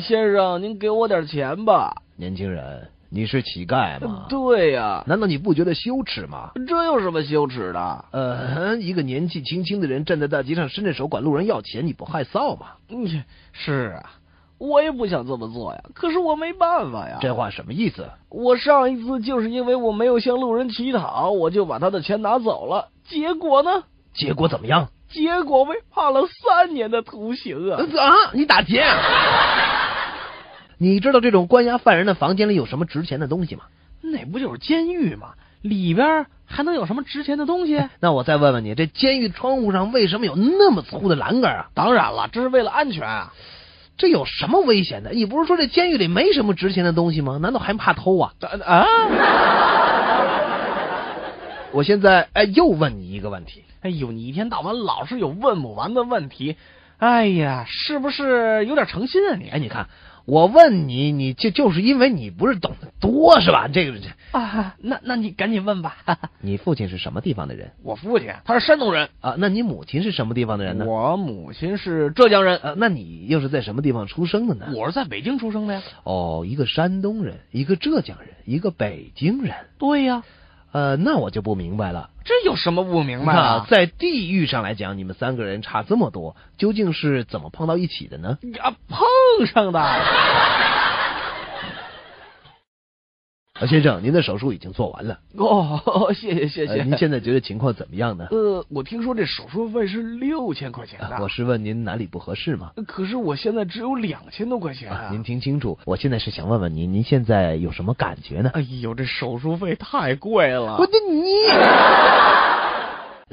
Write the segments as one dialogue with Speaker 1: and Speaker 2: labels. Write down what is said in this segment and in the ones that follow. Speaker 1: 先生，您给我点钱吧。
Speaker 2: 年轻人，你是乞丐吗？
Speaker 1: 对呀、
Speaker 2: 难道你不觉得羞耻吗？
Speaker 1: 这有什么羞耻的？
Speaker 2: 呃，一个年纪轻轻的人站在大街上伸着手管路人要钱，你不害臊吗？
Speaker 1: 你是啊，我也不想这么做呀，可是我没办法呀。
Speaker 2: 这话什么意思？
Speaker 1: 我上一次就是因为我没有向路人乞讨，我就把他的钱拿走了，结果呢？
Speaker 2: 结果怎么样？
Speaker 1: 结果被判了三年的徒刑啊！
Speaker 2: 啊！你打劫、啊你知道这种关押犯人的房间里有什么值钱的东西吗？
Speaker 1: 那不就是监狱吗？里边还能有什么值钱的东西？
Speaker 2: 那我再问问你，这监狱窗户上为什么有那么粗的栏杆啊？
Speaker 1: 当然了，这是为了安全啊！
Speaker 2: 这有什么危险的？你不是说这监狱里没什么值钱的东西吗？难道还怕偷啊？
Speaker 1: 啊！
Speaker 2: 我现在哎，又问你一个问题，
Speaker 1: 哎呦，你一天到晚老是有问不完的问题，哎呀，是不是有点诚心啊你？
Speaker 2: 哎，你看，我问你，你就就是因为你不是懂得多是吧？这个，这
Speaker 1: 啊，那那你赶紧问吧。
Speaker 2: 你父亲是什么地方的人
Speaker 1: 我父亲他是山东人，
Speaker 2: 啊？那你母亲是什么地方的人呢？
Speaker 1: 我母亲是浙江人，
Speaker 2: 呃，那你又是在什么地方出生的呢？
Speaker 1: 我是在北京出生的呀。
Speaker 2: 哦，一个山东人，一个浙江人，一个北京人。
Speaker 1: 对呀，
Speaker 2: 呃，那我就不明白了。
Speaker 1: 这有什么不明白
Speaker 2: 那
Speaker 1: 的？啊
Speaker 2: 在地域上来讲，你们三个人差这么多，究竟是怎么碰到一起的呢？
Speaker 1: 啊，碰上的。
Speaker 2: 呃先生，您的手术已经做完了，
Speaker 1: 哦，谢谢谢谢。
Speaker 2: 呃您现在觉得情况怎么 样呢？
Speaker 1: 呃，我听说这手术费是六千块钱
Speaker 2: 啊
Speaker 1: 的，呃
Speaker 2: 我是问您哪里不合适吗？
Speaker 1: 可是我现在只有两千多块钱
Speaker 2: 啊，您听清楚，我现在是想问问您，您现在有什么感觉呢？
Speaker 1: 哎呦，这手术费太贵了
Speaker 2: 我。的你！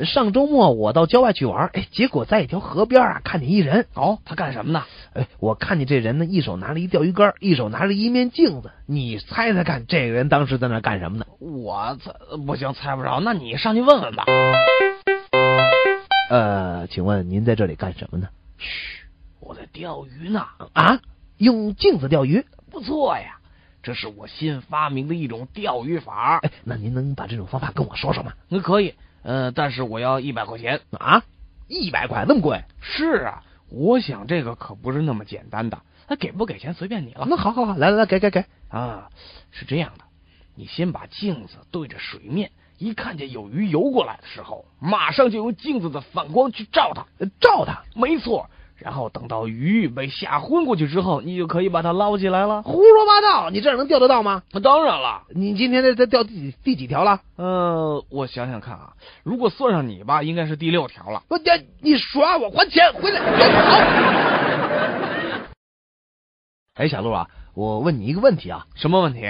Speaker 2: 上周末我到郊外去玩，哎，结果在一条河边啊，看见一人。
Speaker 1: 哦，他干什么呢？
Speaker 2: 哎，我看见这人呢，一手拿了一钓鱼竿，一手拿着一面镜子。你猜猜看，这个人当时在那儿干什么呢？
Speaker 1: 我猜不行，猜不着。那你上去问问吧。
Speaker 2: 呃，请问您在这里干什么呢？
Speaker 1: 嘘，我在钓鱼呢，
Speaker 2: 啊，用镜子钓鱼。
Speaker 1: 不错呀，这是我新发明的一种钓鱼法。
Speaker 2: 哎，那您能把这种方法跟我说说吗？
Speaker 1: 那可以，呃，但是我要一百块钱。
Speaker 2: 啊，一百块那么贵？
Speaker 1: 是啊，我想这个可不是那么简单的。那给不给钱随便你了
Speaker 2: 那好好好，来来来，给给给。
Speaker 1: 啊。是这样的，你先把镜子对着水面，一看见有鱼游过来的时候，马上就用镜子的反光去照它。
Speaker 2: 呃照他，
Speaker 1: 没错。然后等到鱼被吓昏过去之后，你就可以把它捞起来了。
Speaker 2: 胡说八道，你这样能钓得到吗？
Speaker 1: 当然了，
Speaker 2: 你今天这这钓第几第几条了？
Speaker 1: 呃，我想想看啊，如果算上你吧，应该是第六条了。
Speaker 2: 我这你耍我还钱回来，别跑！ 哎，小陆啊，我问你一个问题啊，
Speaker 1: 什么问题？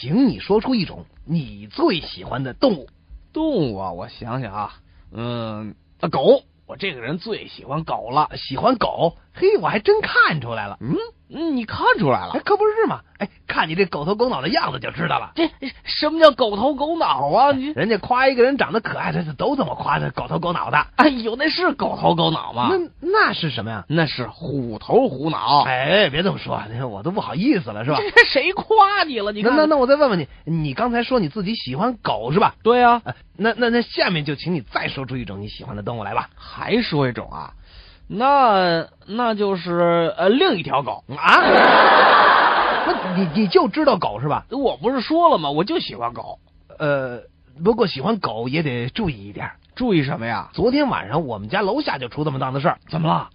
Speaker 2: 请你说出一种你最喜欢的动物。
Speaker 1: 动物啊，我想想啊，嗯，啊狗，我这个人最喜欢狗了。
Speaker 2: 喜欢狗？嘿，我还真看出来了，
Speaker 1: 嗯，嗯你看出来
Speaker 2: 哎，
Speaker 1: 了？
Speaker 2: 可不是嘛！哎，看你这狗头狗脑的样子就知道了。
Speaker 1: 这什么叫狗头狗脑啊？你
Speaker 2: 人家夸一个人长得可爱，他都这么夸他狗头狗脑的。
Speaker 1: 哎呦，那是狗头狗脑吗？
Speaker 2: 那那是什么呀？
Speaker 1: 那是虎头虎脑。
Speaker 2: 哎，别这么说，我都不好意思了，是吧？
Speaker 1: 这谁夸你了？你
Speaker 2: 那
Speaker 1: 看
Speaker 2: 那那我再问问你，你刚才说你自己喜欢狗是吧？
Speaker 1: 对啊，
Speaker 2: 啊那那那下面就请你再说出一种你喜欢的动物来吧。
Speaker 1: 还说一种啊，那那就是呃另一条狗。
Speaker 2: 啊？ 那你你就知道狗是吧？
Speaker 1: 我不是说了吗？我就喜欢狗。
Speaker 2: 呃，不过喜欢狗也得注意一点。
Speaker 1: 注意什么呀？
Speaker 2: 昨天晚上我们家楼下就出这么档子事儿，
Speaker 1: 怎么了？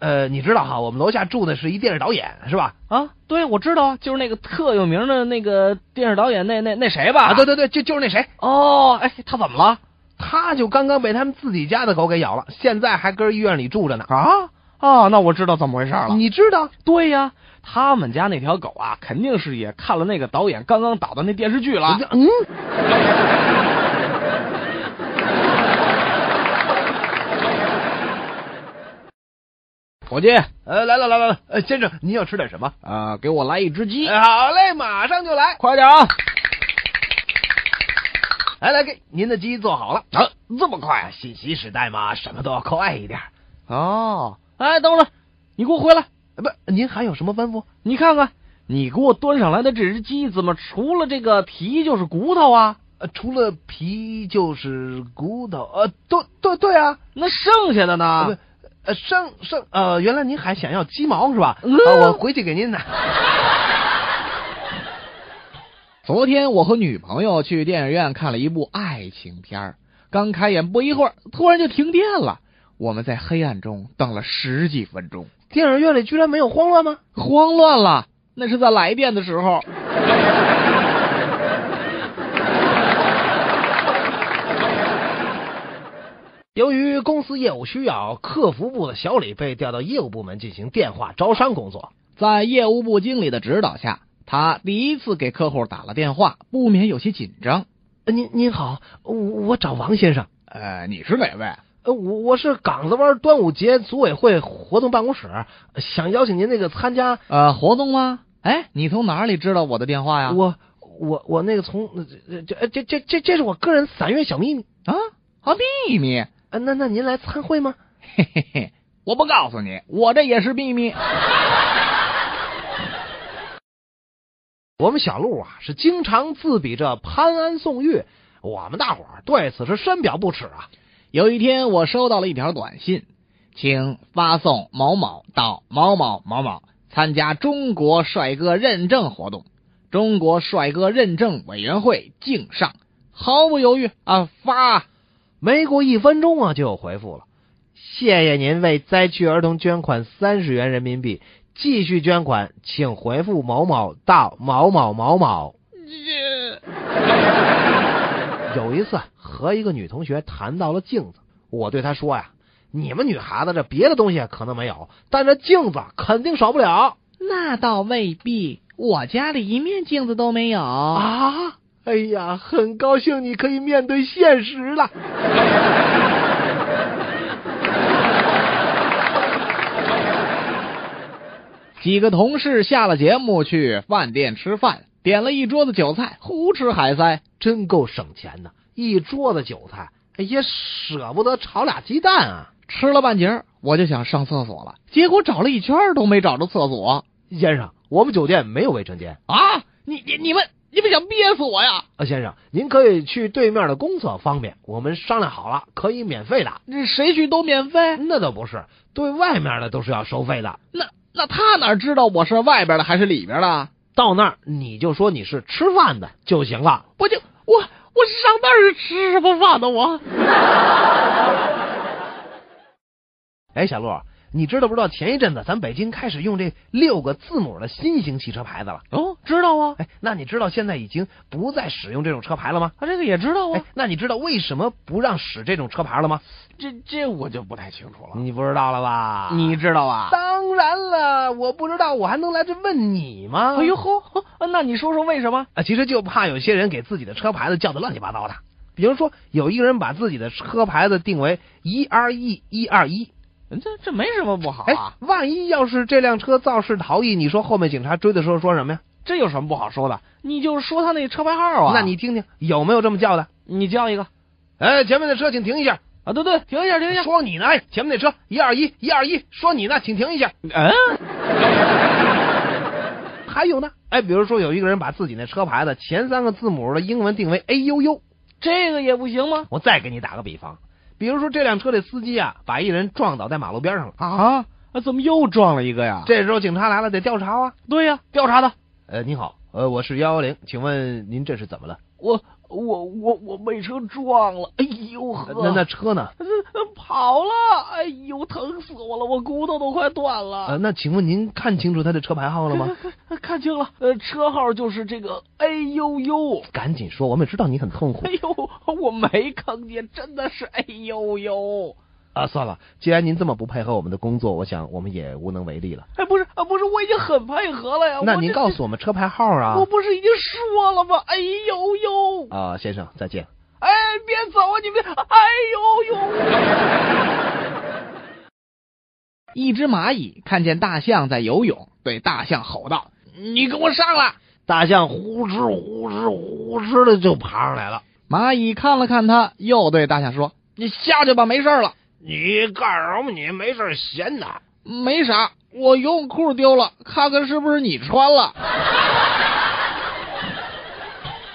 Speaker 2: 呃，你知道哈，我们楼下住的是一电视导演是吧？
Speaker 1: 啊，对，我知道啊，就是那个特有名的那个电视导演，那那那谁吧？
Speaker 2: 啊，对对对，就就是那谁，
Speaker 1: 哦，哎，他怎么了？
Speaker 2: 他就刚刚被他们自己家的狗给咬了，现在还跟医院里住着呢。
Speaker 1: 啊啊，那我知道怎么回事了。
Speaker 2: 你知道？
Speaker 1: 对呀，他们家那条狗啊，肯定是也看了那个导演刚刚导的那电视剧了。
Speaker 2: 嗯，
Speaker 1: 伙计，
Speaker 2: 呃，来了来了来了，呃，先生，您要吃点什么？
Speaker 1: 呃，给我来一只鸡，
Speaker 2: 哎好嘞，马上就来。
Speaker 1: 快点啊！
Speaker 2: 来来，给您的鸡做好了。哎
Speaker 1: 啊，这么快？
Speaker 2: 信息时代嘛，什么都要快一点。
Speaker 1: 哦，哎，等会儿，你给我回来，
Speaker 2: 呃不，您还有什么吩咐？
Speaker 1: 你看看，你给我端上来的这只鸡，怎么除了这个皮就是骨头啊？
Speaker 2: 呃，除了皮就是骨头，呃，对对对啊，
Speaker 1: 那剩下的呢？
Speaker 2: 啊不，呃，上上呃，原来您还想要鸡毛是吧？
Speaker 3: 嗯
Speaker 2: 啊我回去给您拿。
Speaker 1: 昨天我和女朋友去电影院看了一部爱情片儿，刚开演不一会儿，突然就停电了。我们在黑暗中等了十几分钟，
Speaker 2: 电影院里居然没有慌乱吗？
Speaker 1: 慌乱了。那是在来电的时候，
Speaker 2: 由于公司业务需要，客服部的小李被调到业务部门进行电话招商工作。
Speaker 1: 在业务部经理的指导下，他第一次给客户打了电话，不免有些紧张。
Speaker 2: 呃您您好，我我找王先生。
Speaker 1: 呃，你是哪位？
Speaker 2: 呃，我我是港子湾端午节组委会活动办公室，想邀请您那个参加
Speaker 1: 呃，活动吗？哎，你从哪里知道我的电话呀？
Speaker 2: 我我我那个从呃这这这这这这是我个人散月小秘密
Speaker 1: 啊啊，秘密，
Speaker 2: 啊，那那您来参会吗？
Speaker 1: 嘿嘿嘿，我不告诉你，我这也是秘密。
Speaker 2: 我们小路啊是经常自比着潘安宋玉，我们大伙儿对此是深表不耻啊。
Speaker 1: 有一天，我收到了一条短信，请发送某某到某某某某参加中国帅哥认证活动，中国帅哥认证委员会敬上。毫不犹豫啊，发！
Speaker 2: 没过一分钟啊就有回复了，谢谢您为灾区儿童捐款三十元人民币，继续捐款请回复某某到某某某某。有一次和一个女同学谈到了镜子，我对她说呀：“你们女孩子这别的东西可能没有，但这镜子肯定少不了
Speaker 1: 那倒未必，我家里一面镜子都没有。
Speaker 2: 啊！”哎呀，很高兴你可以面对现实了。
Speaker 1: 几个同事下了节目去饭店吃饭，点了一桌子酒菜，胡吃海塞。
Speaker 2: 真够省钱的，一桌子韭菜，哎也舍不得炒俩鸡蛋啊！
Speaker 1: 吃了半截儿，我就想上厕所了，结果找了一圈儿都没找着厕所
Speaker 2: 先生，我们酒店没有卫生间
Speaker 1: 啊！你你你们你们想憋死我呀？
Speaker 2: 啊，先生，您可以去对面的公厕方便，我们商量好了，可以免费的。
Speaker 1: 这谁去都免费？
Speaker 2: 那倒不是，对外面的都是要收费的。
Speaker 1: 那那他哪知道我是外边的还是里边的？
Speaker 2: 到那儿你就说你是吃饭的就行了。
Speaker 1: 我就我我上那儿吃什么饭呢？我
Speaker 2: 哎，小陆，你知道不知道前一阵子咱北京开始用这六个字母的新型汽车牌子了？
Speaker 1: 哦，知道啊，
Speaker 2: 哎，那你知道现在已经不再使用这种车牌了吗？
Speaker 3: 他这个也知道啊
Speaker 2: 哎，，那你知道为什么不让使这种车牌了吗？
Speaker 3: 这这我就不太清楚了。
Speaker 2: 你不知道了吧？
Speaker 3: 嗯
Speaker 1: 你知道啊？
Speaker 2: 当然了，我不知道，我还能来这问你吗？
Speaker 3: 哎呦呵，呵那你说说为什么？
Speaker 2: 啊，其实就怕有些人给自己的车牌子叫的乱七八糟的。比如说，有一个人把自己的车牌子定为一二 E 一二一，
Speaker 3: 嗯这这没什么不好
Speaker 2: 哎
Speaker 3: 啊，，
Speaker 2: 万一要是这辆车肇事逃逸，你说后面警察追的时候说什么呀？
Speaker 3: 这有什么不好说的？你就说他那车牌号啊。
Speaker 2: 那你听听有没有这么叫的？
Speaker 3: 你叫一个
Speaker 2: 哎，前面的车请停一下。
Speaker 3: 啊，对对，停一下，停一下。
Speaker 2: 说你呢？哎，前面那车一二一一二一，说你呢，请停一下。
Speaker 3: 嗯，
Speaker 2: 还有呢？哎，比如说有一个人把自己那车牌子前三个字母的英文定为 A U U，
Speaker 3: 这个也不行吗？
Speaker 2: 我再给你打个比方，比如说这辆车的司机啊，把一人撞倒在马路边上了，
Speaker 3: 啊，啊怎么又撞了一个呀？
Speaker 2: 这时候警察来了得调查啊。
Speaker 3: 对呀、调查他。
Speaker 2: 呃，你好，呃，我是幺幺零，请问您这是怎么了？
Speaker 3: 我我我我被车撞了，哎呦呵，
Speaker 2: 呃那那车呢？
Speaker 3: 那跑了，哎呦，疼死我了，我骨头都快断
Speaker 2: 呃，
Speaker 3: 了。
Speaker 2: 那请问您看清楚他的车牌号了吗？
Speaker 3: 看看清了，呃，车号就是这个 A 呦呦。
Speaker 2: 赶紧说，我们也知道你很痛苦
Speaker 3: 哎呦，我没坑爹，真的是哎呦呦！
Speaker 2: 啊。算了，既然您这么不配合我们的工作，我想我们也无能为力了。
Speaker 3: 哎，不是，啊、不是，我已经很配合了呀。
Speaker 2: 那
Speaker 3: 呃我
Speaker 2: 您
Speaker 3: 这
Speaker 2: 告诉我们车牌号啊
Speaker 3: 我？不是已经说了吗？哎呦呦！
Speaker 2: 啊、先生，再见。
Speaker 3: 哎，别走啊，你们！哎呦呦！
Speaker 1: 一只蚂蚁看见大象在游泳，对大象吼道：“你给我上来！”
Speaker 2: 大象呼哧呼哧呼哧的就爬上来了。
Speaker 1: 蚂蚁看了看他，又对大象说：“你下去吧，没事儿了，
Speaker 2: 你干什么？你没事闲的。
Speaker 1: 没啥，我游泳裤丢了，看看是不是你穿了。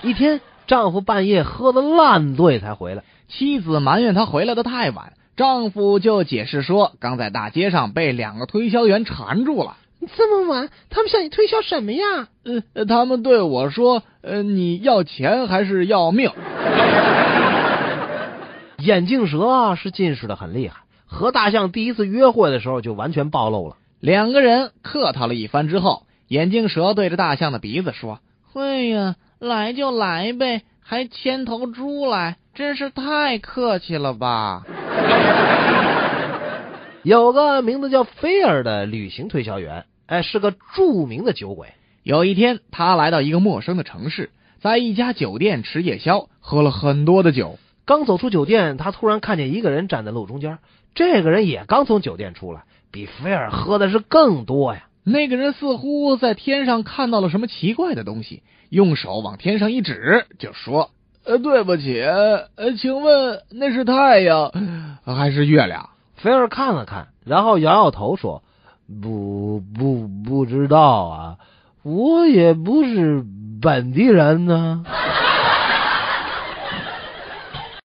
Speaker 2: 一天，丈夫半夜喝的烂醉才回来。”
Speaker 1: 妻子埋怨他回来的太晚，丈夫就解释说，刚在大街上被两个推销员缠住了。
Speaker 4: 这么晚，他们向你推销什么呀？
Speaker 1: 呃，呃他们对我说：“呃，你要钱还是要命
Speaker 2: 眼镜蛇啊是近视的很厉害，和大象第一次约会的时候就完全暴露了。？”
Speaker 1: 两个人客套了一番之后，眼镜蛇对着大象的鼻子说：“会呀，来就来呗，还牵头猪来，真是太客气了吧。”
Speaker 2: 有个名字叫菲尔的旅行推销员，哎，是个著名的酒鬼。
Speaker 1: 有一天，他来到一个陌生的城市，在一家酒店吃夜宵，喝了很多的酒。
Speaker 2: 刚走出酒店，他突然看见一个人站在路中间，这个人也刚从酒店出来，比菲尔喝的是更多呀。
Speaker 1: 那个人似乎在天上看到了什么奇怪的东西，用手往天上一指，就说：“呃，对不起，呃，请问那是太阳呃还是月亮
Speaker 2: 菲尔看了看，然后摇摇头说：“不不不知道啊，我也不是本地人呢、？”